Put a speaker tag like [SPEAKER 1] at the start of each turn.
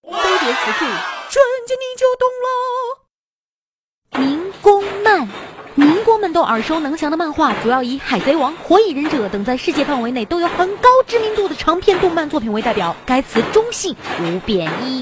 [SPEAKER 1] 别词库，瞬间你就懂了。民工漫，民工们都耳熟能详的漫画，主要以《海贼王》《火影忍者》等在世界范围内都有很高知名度的长篇动漫作品为代表。该词中性，无贬义。